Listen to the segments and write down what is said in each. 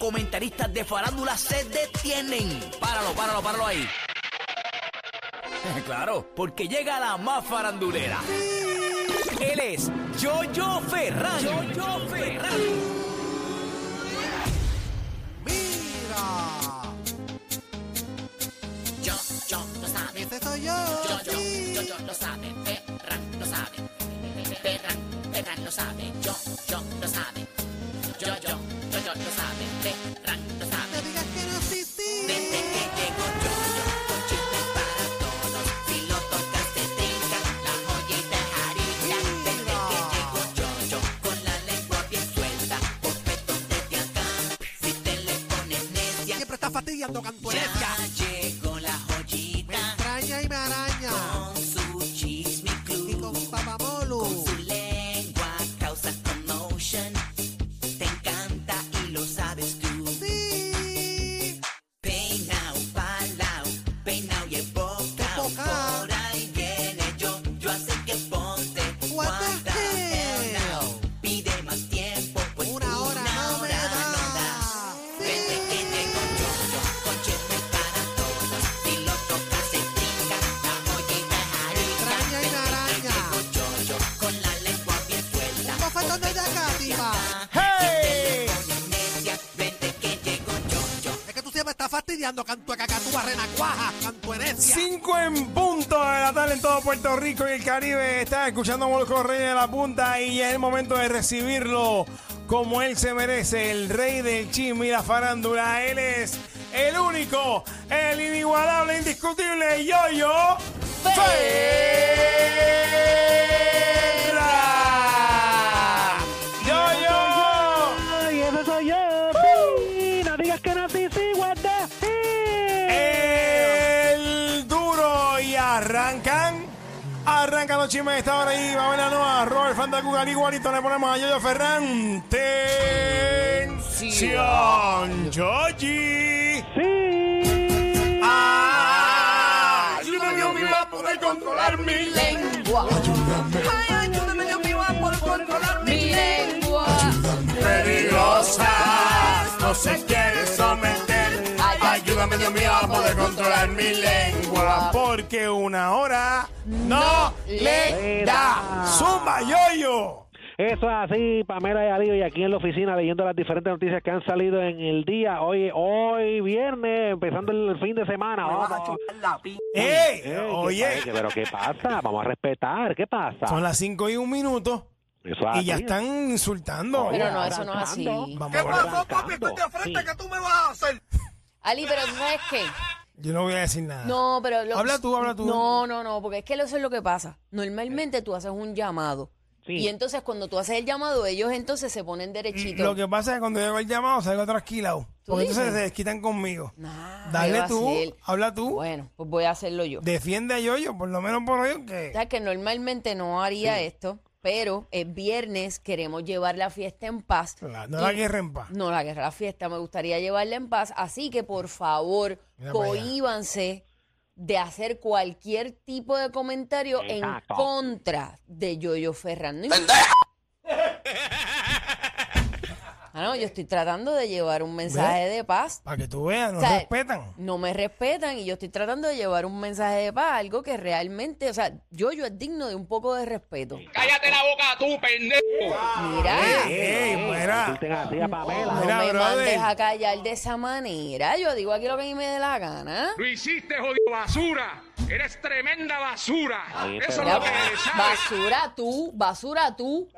comentaristas de farándula se detienen. Páralo, páralo, páralo ahí. claro, porque llega la más farandulera. Él es Yoyo Ferran. Yoyo Ferran. Mira, Yo, yo, lo sabe. este soy yo. Yo, yo, sí. yo, yo, lo sabe. Ferran lo sabe. Ferran, Ferran lo sabe. Yo, yo, lo sabe. Yo, yo, yo, yo, lo sabe. Ferran lo sabe. No digas que no, sí, sí. Desde que llegó yo, yo, con chismes para todos. Si lo tocas te trinca la joyita jarilla. Desde que llegó yo, yo, con la lengua bien suelta. Bofetón desde acá, si te le pones necia. Siempre estás fastidiando, cantueca. Ya llegó la Me joyita. extraña y me araña. Con su chisme Y club, con papamolu. con su lengua causa commotion. Te encanta y lo sabes tú. Sí. Peinao, palao, peinao y embocao. Embocao. Por ahí viene yo, yo así que ponte. What the guarda, hell? peinao. Pide más tiempo, pues Una hora no me da. das. Sí. Vete que tengo yo, yo, con chisme para todos. Si lo tocas se trinca, la joyita arica. Extraña y me araña. Yo, yo, con la lengua bien suelta. Un bofetón desde acá, tipa. ¡Hey! Vente que llego yo, yo. Es que tú siempre estás fastidiando, cantueca, cantúa, renacuaja, cantuerecia. 5 en punto de la tarde en todo Puerto Rico y el Caribe. Está escuchando a Molusco Reyes de la Punta y ya es el momento de recibirlo como él se merece, el rey del chisme y la farándula. Él es el único, el inigualable, indiscutible Yoyo Ferra. Yoyo. Ay, eso soy yo, pi. No digas que no, sí, sí, what the hell. El duro y arrancan. Arrancan los chismes de esta hora y va a ver la nueva. Robert Fandacu, Gary Guarito, le ponemos a Yoyo Ferran. Tensión, Yoyi. Sí. Ah, ayúdame Dios mío a poder controlar mi lengua. Ayúdame, Dios mío, a poder controlar mi lengua. Peligrosa, no se quiere someter. Ayúdame Dios mío a poder controlar mi lengua. Porque una hora no le da. Zumba, yoyo. Eso es así, Pamela y Alido, y aquí en la oficina leyendo las diferentes noticias que han salido en el día. Hoy, hoy viernes, empezando el fin de semana. Vamos. ¡Ey! Ey, ¿qué eh, Oye, pasa? pero ¿qué pasa? Vamos a respetar, ¿qué pasa? son las 5 y un minuto Eso es y ya así. están insultando. Oye, Pero no, eso no es así. arrancando. Vamos a ver. papi? ¿Qué te ofrece que tú me vas a hacer? Ali, pero ¿tú sabes qué? Yo no voy a decir nada. No, pero... lo- Habla tú, habla tú. No, no, no, porque es que eso es lo que pasa. Normalmente tú haces un llamado. Sí. Y entonces cuando tú haces el llamado, ellos entonces se ponen derechitos. Lo que pasa es que cuando llego el llamado salgo tranquilado. ¿Tú Porque entonces dices? se desquitan conmigo. Nah, ¿qué Dale va a tú, hacer? habla tú. Bueno, pues voy a hacerlo yo. Defiende a Yoyo, por lo menos por hoy, O que sea, que normalmente no haría esto, pero es viernes, queremos llevar la fiesta en paz. La- no la Y- guerra en paz. No, la guerra, la fiesta, me gustaría llevarla en paz. Así que, por favor, Mira para allá. cohíbanse de hacer cualquier tipo de comentario Exacto. en contra de Yoyo Ferran. No importa- Ah, no, yo estoy tratando de llevar un mensaje de paz. para que tú veas, nos O sea, respetan. No me respetan y yo estoy tratando de llevar un mensaje de paz, algo que realmente, o sea, yo, yo es digno de un poco de respeto. Cállate la boca tú, pendejo. Mira, Ey, ey, fuera. Insulten así a Pamela. no mira, me brother. mandes a callar de esa manera. Yo digo aquí lo que a mí me dé la gana. Lo hiciste, jodido basura. Eres tremenda basura. Ay, Eso es pero- Mira, lo que sabes. basura tú, basura tú.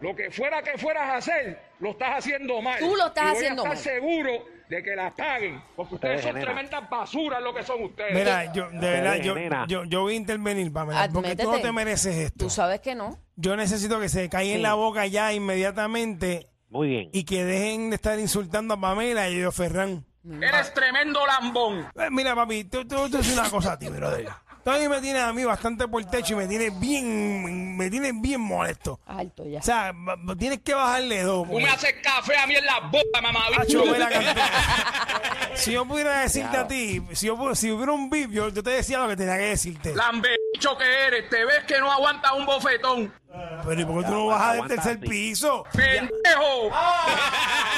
Lo que fuera que fueras a hacer, lo estás haciendo mal. Tú lo estás Y voy haciendo a mal. estar seguro de que las paguen. Porque ustedes Ustedes son generan. tremendas basuras lo que son ustedes. Mira, yo, de Te verdad, dejes, yo, nena. yo, yo voy a intervenir, Pamela, porque tú no Admétete. te mereces esto. Tú sabes que no. Yo necesito que se caiga en Sí. la boca ya inmediatamente Muy bien. y que dejen de estar insultando a Pamela y a Yoyo Ferran. Eres tremendo lambón. Eh, mira, papi, tú, tú, tú dices una cosa a ti, brother. Tú a mí me tienes a mí bastante por techo y me tienes bien, me tienes bien molesto. Alto ya. O sea, ba- ba- tienes que bajarle dos. Tú porque- me haces café a mí en la boca, mamá. Acho, mira, canto. si yo pudiera decirte a ti, si, yo, pu- si hubiera un VIP, yo, yo te decía lo que tenía que decirte. Lambecho que eres. Te ves que no aguantas un bofetón. Pero ¿y por qué tú no Aguanta, bajas del aguanta, tercer sí. piso? Ah, ¡Pendejo! Baja,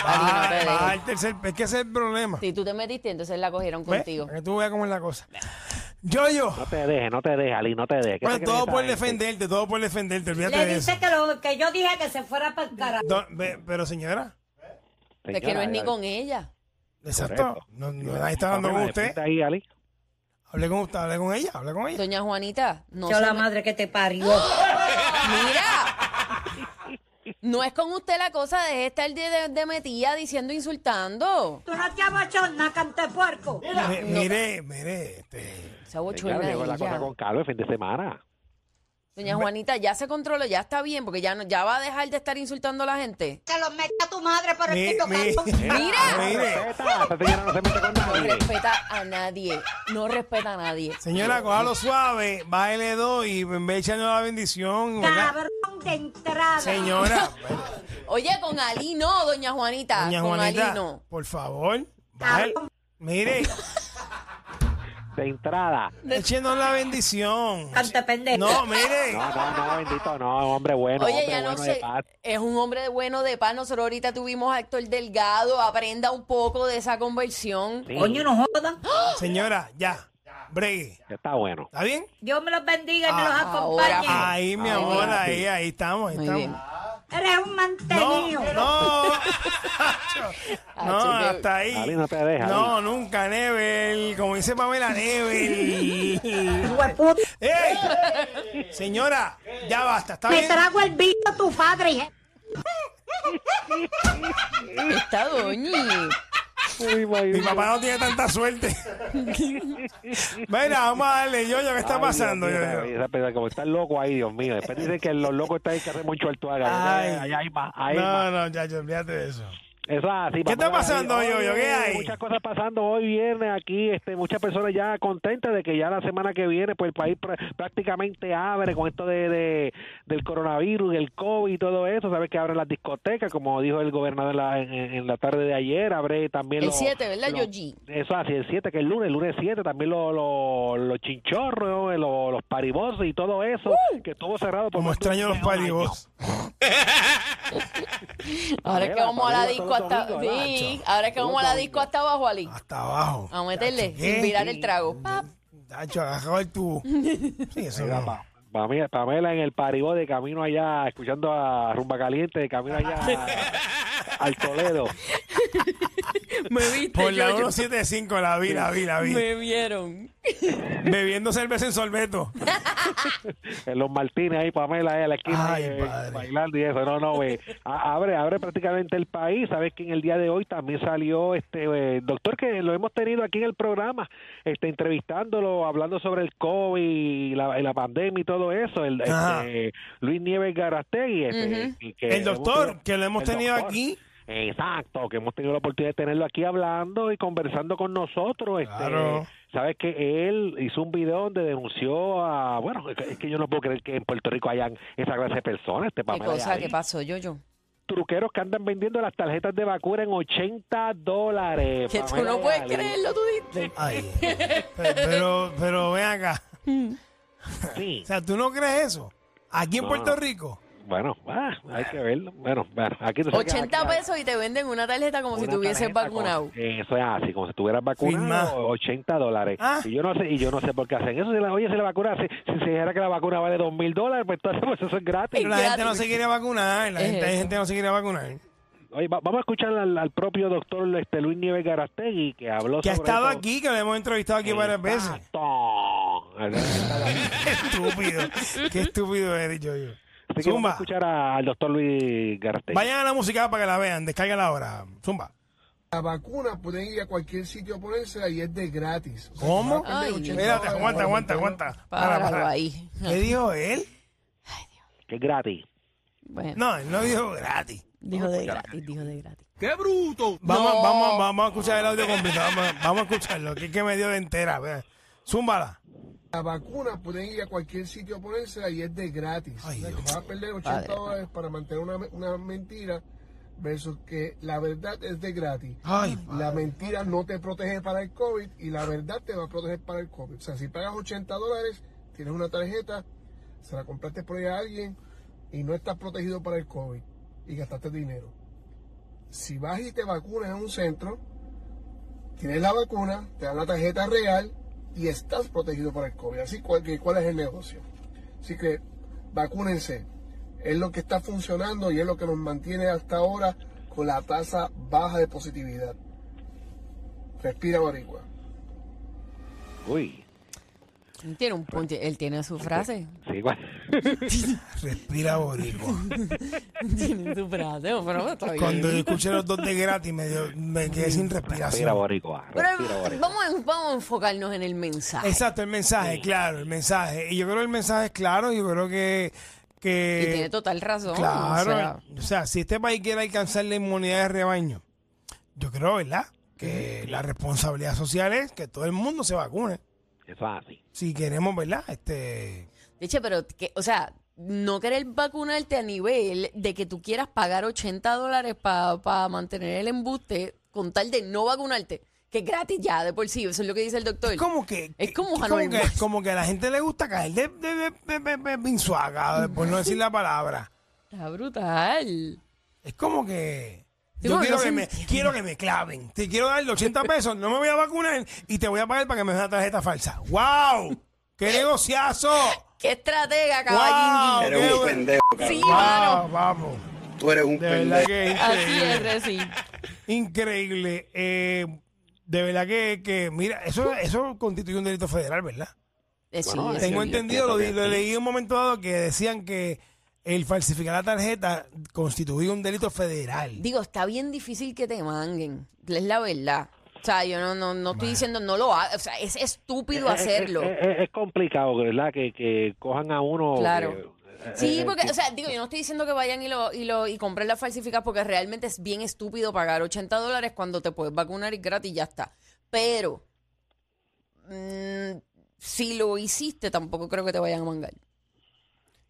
Baja- baja. baja del tercer Es que ese es el problema. Si tú te metiste, entonces la cogieron ¿Ves? contigo. Para que tú veas cómo es la cosa. Yo, yo. No te dejes, no te dejes, Ali, no te dejes. ¿Qué Bueno, te todo crees esa por gente? defenderte, todo por defenderte. Olvídate Le de eso. dice que, lo, que yo dije que se fuera para el carajo. Do- ve- pero señora, Es que no Señora, es ni Ali, con ella. exacto. Correcto. No, no, nadie está ¿eh? hablando con Pamela, usted. defiende ahí, Ali. Hablé con usted, hablé con ella, hablé con ella. Doña Juanita, no Yo se la me- madre que te parió. Mira. No es con usted la cosa, deje estar de, de, de metida diciendo, insultando. Tú no te abachona, cante puerco. Mire, mire, mire, este, Esa bochorna Señora, llegó la ella. cosa con Carlos el fin de semana. Doña Juanita, ya se controló, ya está bien, porque ya, no, ya va a dejar de estar insultando a la gente. Que lo meta tu madre por mi- mi- mire, Respeta, esta señora no se mete con No nadie. respeta a nadie, no respeta a nadie. señora, cójalo suave, baile dos y en vez de echarnos la bendición, ¿verdad? Cabrón de entrada. Señora, Oye, con Ali no, doña Juanita. doña Ah, con Juanita, Ali no. por favor, baile. Mire, De entrada. échenos la bendición. Cante pendejo. No, mire. No, no, no, bendito, no, hombre bueno. Oye, hombre ya no bueno de sé. paz. Es un hombre de bueno de paz. Nosotros ahorita tuvimos a Héctor Delgado. Aprenda un poco de esa conversión. Sí, Coño, no jodan. Señora, ya, bregue. Está bueno. ¿Está bien? Dios me los bendiga y me los Ahora, acompañe. ah. Ahí, mi amor, ahí, ahí estamos, ahí Muy bien. estamos. Eres un mantenido. No, no, Hacho, que- hasta ahí. Ali, no te deja, No, nunca, Nebel. Como dice Pamela, Nebel. Hueputa. ¡Ey! Señora, ya basta, ¿está Me bien? trago el vino a tu padre. hija. Está doñi. Uy, my Mi Dios. papá no tiene tanta suerte. Mira, vamos a darle, yo, yo, ¿qué está Ay, pasando? Dios mío, Yoyo? esa- esa persona como está el loco ahí, Dios mío. Después dicen que los locos están ahí que hacemos un chuertuaga. Ay. Ahí hay más, ahí hay más. No, no, ya, yo, olvídate de eso. Esa, sí, ¿Qué está Pamela, pasando ahí- hoy, hoy? ¿Qué hay? Muchas cosas pasando hoy viernes aquí, este, muchas personas ya contentas de que ya la semana que viene pues el país pr- prácticamente abre con esto de, de- del coronavirus, del COVID y todo eso, sabes que abren las discotecas, como dijo el gobernador en la, en, en la tarde de ayer, abre también El los- 7, ¿verdad, los- Yoyi? Eso así, el 7, que es el lunes, el lunes 7, también los los- los chinchorros, los, los paribos y todo eso, ¡Uh! que estuvo cerrado por Como más de un extraño los año. palivos. Ahora es que Pamela, vamos a la Pamela, disco todos hasta. domingos, ¿verdad, Sí, Nacho? ahora es que vamos a la Todos disco hasta abajo, Ali. Hasta abajo. A meterle, Chacho, ¿qué? sin virar el trago. Pap. Nacho, agarra el tubo. Sí, eso no. Pamela, Pamela en el paribó de camino allá, escuchando a Rumba Caliente de camino allá a- al Toledo. Me viste. Por la Yoyo. 175, la vi, la vi, la vi. Me vieron. Bebiendo cerveza en sorbeto. En los Martínez ahí, Pamela, ahí a la esquina, Ay, eh, padre. bailando y eso. No, no, ve. A- Abre, abre prácticamente el país. Sabes que en el día de hoy también salió este eh, doctor que lo hemos tenido aquí en el programa, este entrevistándolo, hablando sobre el COVID y la, y la pandemia y todo eso. El, Ajá. este, Luis Nieves Garastegui. este, y que El doctor, hemos- que lo hemos el tenido doctor. aquí. Eh, Exacto, que hemos tenido la oportunidad de tenerlo aquí hablando y conversando con nosotros. Este, Claro. Sabes que él hizo un video donde denunció a. Bueno, es que yo no puedo creer que en Puerto Rico hayan esa clase de personas, este ¿Qué Pamela, cosa? ahí. ¿Qué pasó, Yoyo? Truqueros que andan vendiendo las tarjetas de vacuna en 80 dólares. Que tú Pamela no puedes Yali. creerlo, tú diste. Ay. Pe- Pero, pero ven acá. Sí. O sea, ¿tú no crees eso? Aquí en No. Puerto Rico. Bueno, ah, hay que verlo. Bueno, bueno, aquí te 80 pesos y te venden una tarjeta como si una te hubieses tarjeta vacunado. como- eso es así, como si estuvieras vacunado, Firma. 80 dólares. Ah. Y yo no sé, y yo no sé por qué hacen eso. Si la, oye, si la vacuna, si, si se dijera que la vacuna vale 2 mil dólares, pues entonces pues eso es gratis. Pero la gente no se quiere vacunar. La Es gente, hay eso. gente que no se quiere vacunar. Oye, va- vamos a escuchar al, al propio doctor este, Luis Nieves Garastegui, que habló Que ha sobre estado eso. aquí, que lo hemos entrevistado aquí varias veces. Exacto. Qué estúpido. Qué estúpido eres, yo, yo. Así que vamos a Zumba. escuchar este. a- al doctor Luis Garastegui. Vayan a la música para que la vean. Descárgala ahora. Zumba. La vacuna pueden ir a cualquier sitio a ponérsela y es de gratis. O sea, ¿Cómo? que va a perder Ay, 80 Espérate, dólares aguanta, por aguanta, ventana. aguanta. Páralo ahí. ¿Qué dijo él? Que es gratis. Bueno, No, él no dijo gratis. dijo de gratis, dijo de gratis. Vamos, No. vamos, vamos a escuchar el audio completo. Vamos, vamos a escucharlo. Que es que me dio de entera. vea. Zúmbala. La vacuna pueden ir a cualquier sitio a ponérsela y es de gratis. Ay, O sea, que Dios. vas a perder 80 Padre, dólares para mantener una, una mentira versus que la verdad es de gratis. Ay, La mentira no te protege para el COVID y la verdad te va a proteger para el COVID. O sea, si pagas 80 dólares, tienes una tarjeta, se la compraste por ahí a alguien, y no estás protegido para el COVID y gastaste dinero. Si vas y te vacunas en un centro, tienes la vacuna, te dan la tarjeta real y estás protegido para el COVID. Así cuál, que- cuál es el negocio. Así que vacúnense. Es lo que está funcionando y es lo que nos mantiene hasta ahora con la tasa baja de positividad. Respira, Boricua. Uy. Tiene un punto, él tiene su frase. Sí, igual. Respira boricua. tiene su frase, pero está bien. Cuando yo escuché los dos de gratis me, dio- me quedé sin Respira, respiración. boricua. Pero Respira, boricua. vamos, a, vamos a enfocarnos en el mensaje. Exacto, el mensaje, claro, el mensaje. Y yo creo que el mensaje es claro, yo creo que... que y tiene total razón. o Claro. sea, o sea, si este país quiere alcanzar la inmunidad de rebaño, yo creo, ¿verdad? Que la responsabilidad social es que todo el mundo se vacune. Eso es así. Si queremos, ¿verdad? Este, Diche, pero, que, o sea, no querer vacunarte a nivel de que tú quieras pagar 80 dólares para mantener el embuste con tal de no vacunarte, que es gratis ya de por sí, eso es lo que dice el doctor. es como que... Es como que- como que, anormal. como que a la gente le gusta caer de, de, de, de- de- de pinzuaga, por no decir la palabra. Está brutal. Es como que... Sí, Yo como que quiero, no que se me, entiende. quiero que me claven. Te quiero dar los 80 pesos, no me voy a vacunar y te voy a pagar para que me des una tarjeta falsa. ¡Wow! ¡Qué negociazo! ¡Qué estratega, ¡Wow! caballín! qué bueno. Sí, Ah, mano. vamos. Tú eres un De verdad que Así es, increíble. Reci. Increíble. Eh, de verdad que, que, mira, eso, eso constituye un delito federal, ¿verdad? Eh, sí, Bueno, eso Tengo es- entendido, lo, di- lo leí en un momento dado que decían que el falsificar la tarjeta constituía un delito federal. Digo, está bien difícil que te manguen. Es la verdad. O sea, yo no, no, no estoy diciendo no lo hagas. O sea, es estúpido Es- es- hacerlo. Es, es- es complicado, ¿verdad? Que, que cojan a uno. Claro. que- eh, Sí, eh, porque, que- o sea, digo, yo no estoy diciendo que vayan y lo, y lo, y compren las falsificadas porque realmente es bien estúpido pagar 80 dólares cuando te puedes vacunar y gratis y ya está. Pero, mm, si lo hiciste, tampoco creo que te vayan a mangar.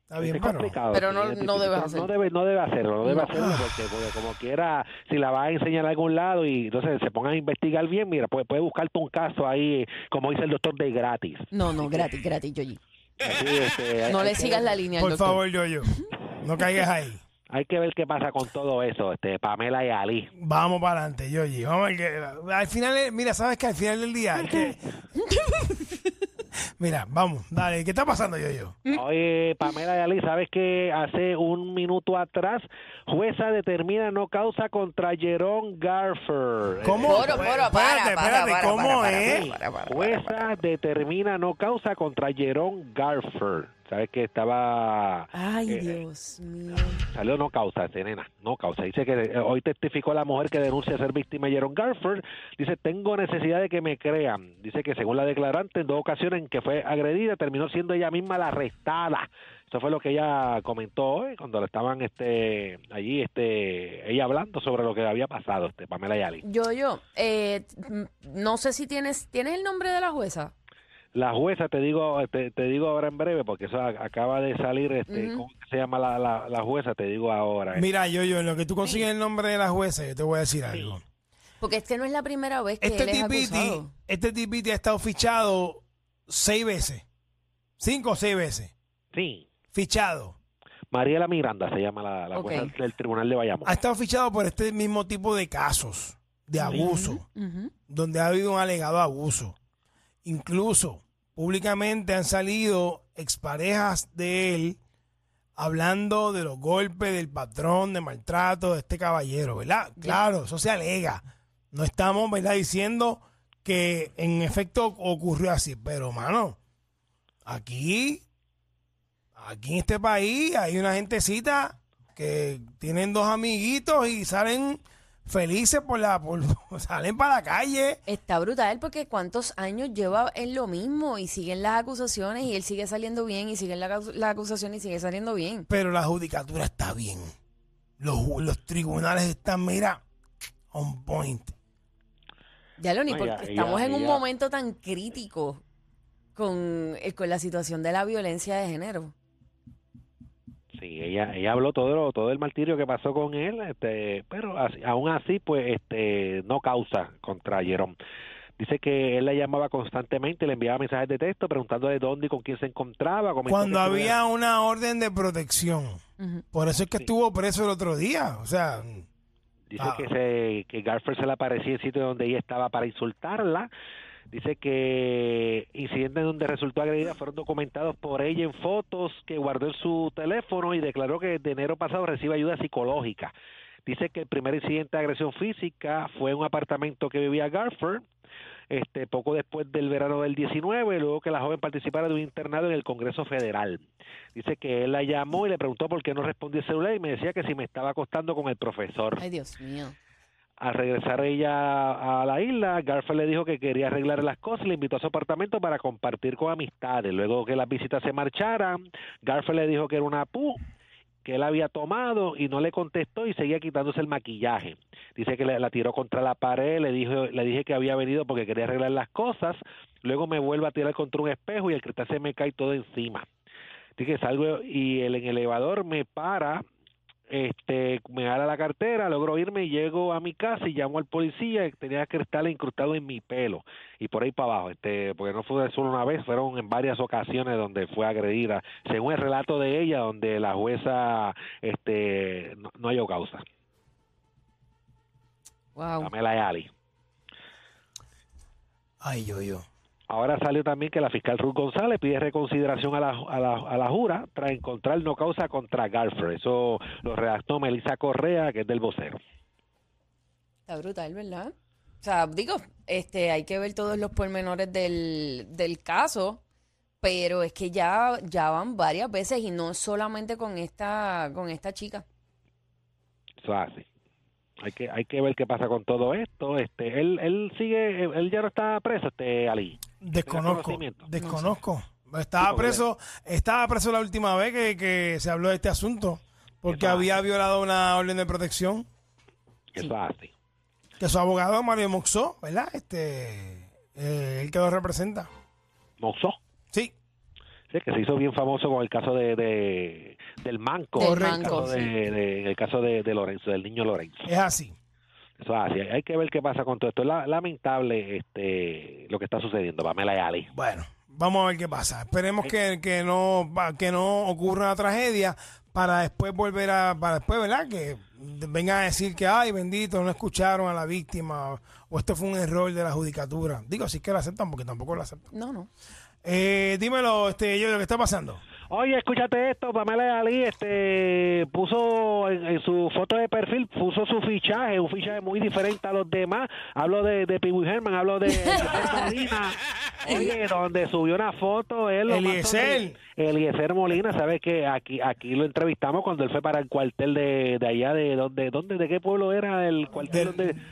Está bien, Es pero. complicado, pero sí, no- es no difícil. debes No- hacerlo. No debe, no debe hacerlo, no debe hacerlo porque, porque como quiera, si la vas a enseñar a algún lado y entonces se pongan a investigar bien, mira, puede, puede buscarte un caso ahí, como dice el doctor, de gratis. No, no, gratis, gratis, Yoyi. Así, este, No hay le que- sigas la línea al Por doctor. favor, yo, yo. No caigas ahí. Hay que ver qué pasa con todo eso, este Pamela y Ali. Vamos para adelante, Yoyi. Vamos a ver que- al final, eh, mira, sabes que al final del día. es que- mira, vamos, dale. ¿Qué está pasando, Yoyo? Mm. Oye, Pamela y Ali, ¿sabes que hace un minuto atrás jueza determina no causa contra Jerome Garfer? ¿Cómo? Poro, poro, para, espérate, para, espérate, para, ¿cómo para, para, es? para, para, para, Jueza determina no causa contra Jerome Garfer. ¿Sabes que estaba... Ay, eh, Dios mío. Salió no causa, este, nena, no causa. Dice que eh, hoy testificó la mujer que denuncia ser víctima de Jerome Garfield. Dice, tengo necesidad de que me crean. Dice que según la declarante, en dos ocasiones en que fue agredida, terminó siendo ella misma la arrestada. Eso fue lo que ella comentó hoy cuando la estaban este, allí, este, ella hablando sobre lo que había pasado, este, Pamela Yali. Yoyo, eh, mm, no sé si tienes, ¿tienes el nombre de la jueza? La jueza, te digo, te, te digo ahora en breve, porque eso a- acaba de salir, este, Ujú. ¿cómo que se llama la, la, la jueza? Te digo ahora. eh. Mira, yo, yo, en lo que tú consigues el nombre de la jueza, yo te voy a decir algo. Porque es que no es la primera vez que Este él es tipiti, acusado. este tipiti ha estado fichado seis veces. Cinco o seis veces. Sí. Fichado. Mariela Miranda se llama la, la Ok. jueza del Tribunal de Bayamón. Ha estado fichado por este mismo tipo de casos de abuso, Ujú. donde ha habido un alegado abuso. Incluso públicamente han salido exparejas de él hablando de los golpes, del patrón, de maltrato de este caballero, ¿verdad? Claro, eso se alega. No estamos, ¿verdad? Diciendo que en efecto ocurrió así, pero mano, aquí, aquí en este país hay una gentecita que tienen dos amiguitos y salen felices por la, por- salen para la calle. Está brutal porque cuántos años lleva en lo mismo y siguen las acusaciones y él sigue saliendo bien y siguen la- las acusaciones y sigue saliendo bien. Pero la judicatura está bien. Los, ju- los tribunales están, mira, on point. Ya lo ni No, porque ya- estamos ya- en un ya. momento tan crítico con, eh, con la situación de la violencia de género. Sí, ella, ella habló todo lo- todo el martirio que pasó con él, este, pero así- aún así, pues, este, no causa contra Jerón. Dice que él la llamaba constantemente, le enviaba mensajes de texto preguntándole dónde y con quién se encontraba. comentó Cuando que había una orden de protección. Por eso es que estuvo preso el otro día. O sea, Dice Ah. que, se, que Garfield se le aparecía en el sitio donde ella estaba para insultarla. Dice que incidentes donde resultó agredida fueron documentados por ella en fotos que guardó en su teléfono y declaró que de enero pasado recibe ayuda psicológica. Dice que el primer incidente de agresión física fue en un apartamento que vivía Garfield este, poco después del verano del 19, luego que la joven participara de un internado en el Congreso Federal. Dice que él la llamó y le preguntó por qué no respondía el celular y me decía que si me estaba acostando con el profesor. Ay, Dios mío. Al regresar ella a la isla, Garfield le dijo que quería arreglar las cosas y le invitó a su apartamento para compartir con amistades. Luego que las visitas se marcharan, Garfield le dijo que era una pu que él había tomado y no le contestó y seguía quitándose el maquillaje. Dice que la, la tiró contra la pared, le dijo, le dije que había venido porque quería arreglar las cosas, luego me vuelve a tirar contra un espejo y el cristal se me cae todo encima. Dice que salgo y él en el elevador me para este, me gana la cartera, logro irme y llego a mi casa y llamo al policía que tenía cristales incrustados en mi pelo y por ahí para abajo, este, porque no fue solo una vez, fueron en varias ocasiones donde fue agredida, según el relato de ella, donde la jueza este, no, no halló causa, Wow. Pamela Yali. ay, yo, yo. Ahora salió también que la fiscal Ruth González pide reconsideración a la, a la, a la jura tras encontrar no causa contra Garfield. Eso lo redactó Melissa Correa, que es del vocero. Está brutal, ¿verdad? O sea, digo, este, hay que ver todos los pormenores del, del caso, pero es que ya, ya van varias veces y no solamente con esta, con esta chica. Eso es así. Hay que, hay que ver qué pasa con todo esto. Este, él, él sigue, él ya no está preso, este Ali. Desconozco. conocimiento. Desconozco. Estaba Sí, porque- preso, estaba preso la última vez que, que se habló de este asunto, porque Exacto. había violado una orden de protección Eso es así. que su abogado Mario Moxó, ¿verdad? Este, eh, el que lo representa. Moxó. Sí, Sí, que se hizo bien famoso con el caso de, de- del manco, Del en el manco, Eh. caso, de, de- en el caso de, de Lorenzo, del niño Lorenzo. es así. Eso es así. Hay que ver qué pasa con todo esto. Es la- lamentable este, lo que está sucediendo, Pamela y Ali. Bueno, vamos a ver qué pasa. Esperemos que, que no pa- que no ocurra una tragedia para después volver a para después, ¿verdad? Que vengan a decir que ay, bendito, no escucharon a la víctima o esto fue un error de la judicatura. Digo, si es que lo aceptan porque tampoco lo aceptan. No, no. Eh, dímelo, este, yo lo que está pasando. Oye, escúchate esto, Pamela Yali este, puso en, en su foto de perfil, puso su fichaje, un fichaje muy diferente a los demás. Hablo de, de Pee Wee Herman, hablo de, de Ted Molina. Oye, donde subió una foto, él lo más Eliezer. sorpre- Eliezer Molina, ¿sabes que Aquí aquí lo entrevistamos cuando él fue para el cuartel de, de allá, de donde, donde, de qué pueblo era el Del- cuartel donde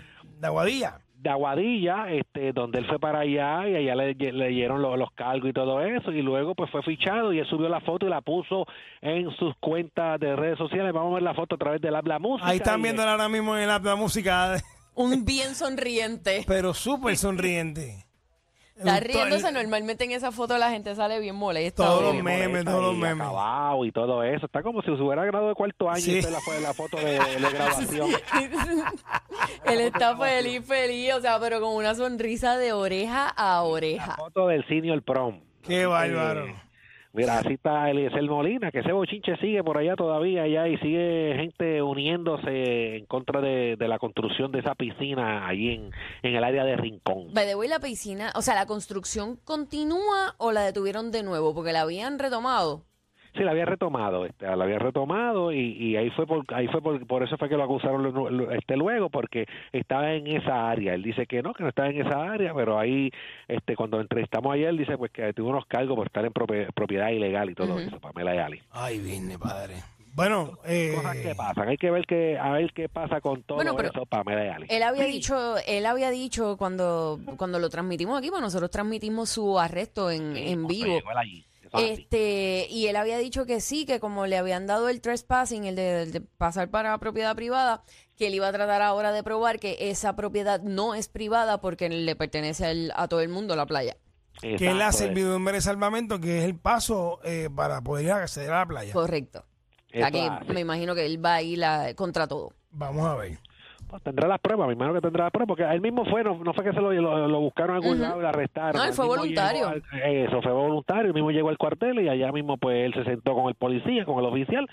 de Aguadilla. de Aguadilla, este, donde él fue para allá y allá le, le dieron lo- los cargos y todo eso y luego pues fue fichado y él subió la foto y la puso en sus cuentas de redes sociales. Vamos a ver la foto a través del habla música. Ahí están y- viéndola ahora mismo en el app de la música, Un bien sonriente. pero súper sonriente. Está Un to- riéndose normalmente en esa foto, la gente sale bien molesta. Todos ¿no? los memes, todos los y memes. acabado y todo eso. Está como si se hubiera graduado de cuarto año Sí. y esta es la, fue la foto de, de graduación. Él está feliz, feliz, o sea, pero con una sonrisa de oreja a La oreja. foto del senior prom. Qué bárbaro. Mira, así está Eliezer Molina, que ese bochinche sigue por allá todavía, allá y sigue gente uniéndose en contra de, de la construcción de esa piscina allí en, en el área de Rincón. By the way, la piscina, o sea, la construcción continúa o la detuvieron de nuevo porque la habían retomado. Sí, la había retomado, este, la había retomado y, y ahí fue por ahí fue por, por eso fue que lo acusaron lo- lo- este luego porque estaba en esa área. Él dice que no, que no estaba en esa área, pero ahí este cuando entrevistamos ayer él dice pues que tuvo unos cargos por estar en prope- propiedad ilegal y todo eso, Pamela Yali. Ay, viene padre. Bueno, eh, Cosas que pasan, hay que ver que a ver qué pasa con todo Bueno, pero eso, Pamela Yali. Él había dicho, él había dicho cuando, cuando lo transmitimos aquí, pues nosotros transmitimos su arresto en, en Cuando vivo. llegó él allí, eso es así. Este, y él había dicho que sí, que como le habían dado el trespassing, el de, el de pasar para propiedad privada, que él iba a tratar ahora de probar que esa propiedad no es privada porque le pertenece a, él- a todo el mundo la playa. que es la Exacto, servidumbre de salvamento, que es el paso eh, para poder acceder a la playa. Correcto. eso Aquí es así. me imagino que él va a ir a- contra todo. Vamos a ver. Pues tendrá las pruebas, mi hermano que tendrá las pruebas, porque él mismo fue, no, no fue que se lo, lo, lo buscaron a algún Ujú. lado y lo arrestaron. No, él Él fue mismo voluntario. llegó al- eso, fue voluntario, él mismo llegó al cuartel y allá mismo pues él se sentó con el policía, con el oficial,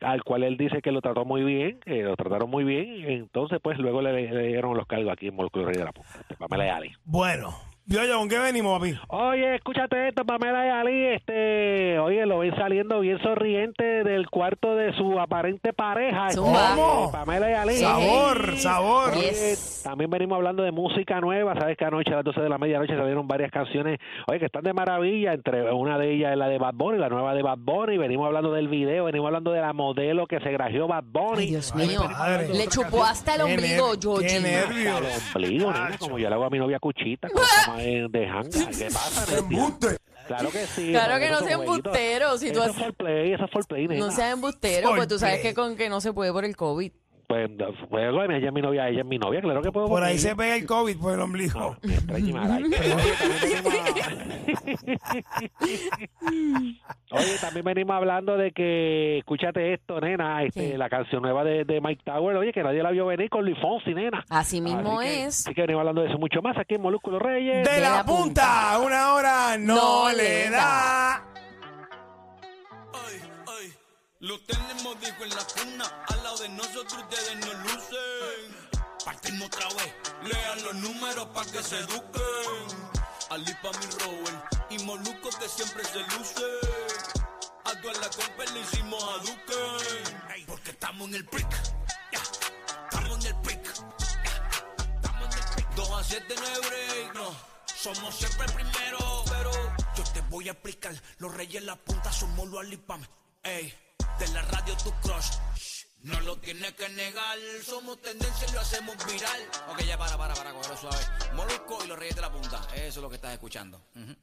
al cual él dice que lo trató muy bien, que lo trataron muy bien, y entonces pues luego le, le dieron los cargos aquí en Molusco y Rey de la Punta, este, Pamela y Ali. Bueno, yo, yo, ¿con qué venimos, papi? Oye, escúchate esto, Pamela y Ali, este, oye, lo ven saliendo bien sonriente del cuarto de su aparente pareja. este, Zumba. ¿Cómo? Pamela y Ali. Sabor, sabor. Oye, Yes. También venimos hablando de música nueva. Sabes que anoche a las 12 de la medianoche salieron varias canciones, oye, que están de maravilla. Entre una de ellas es la de Bad Bunny, la nueva de Bad Bunny. Venimos hablando del video, venimos hablando de la modelo que se grajeó Bad Bunny. Ay, Dios Ay, mío. padre. Le chupó hasta el Qué ombligo, ner- Qué Georgie. nervios. Ombligo, nena, como yo le hago a mi novia Cuchita, como estamos en- de janga. ¿Qué pasa, nena? Claro que sí. Claro que esos no son sea jueguitos. embustero, si tú Eso es haces- foreplay, eso es foreplay, No nena. seas embustero, pues tú sabes Porque- que con que no se puede por el COVID. Pues, pues, oye, ella es mi novia, ella es mi novia, claro que puedo. Por ahí porque- se pega el COVID por el No, ombligo. mientras Jimmy Maray. Oye, también venimos a- Oye, también venimos hablando de que, escúchate esto, nena, este, ¿Qué? la canción nueva de, de Mike Tower, oye, que nadie la vio venir con Luis Fonsi, nena. Así mismo Así que- es. Así que venimos hablando de eso mucho más aquí en Molúsculo Reyes. De la punta, una hora no, No le le da. Ay, ay, lo tenemos dijo en la cuna, al lado de nosotros ustedes no lucen. Partimos otra vez, lean los números pa' que se eduquen. Ali pa' mi Robert y Moluco que siempre se luce. A toda la compa le hicimos a Duque. Ey, porque estamos en el pick, ya, estamos en el pick, ya, estamos en el pick. 2 a 7 no hay break, no, somos siempre primero, pero yo te voy a explicar. Los reyes la punta somos los alipam. Ey, de la radio tu crush. Shh, No lo tienes que negar, somos tendencia y lo hacemos viral. Ok, ya para, para, para, cogerlo suave. Molusco y los reyes de la punta, eso es lo que estás escuchando.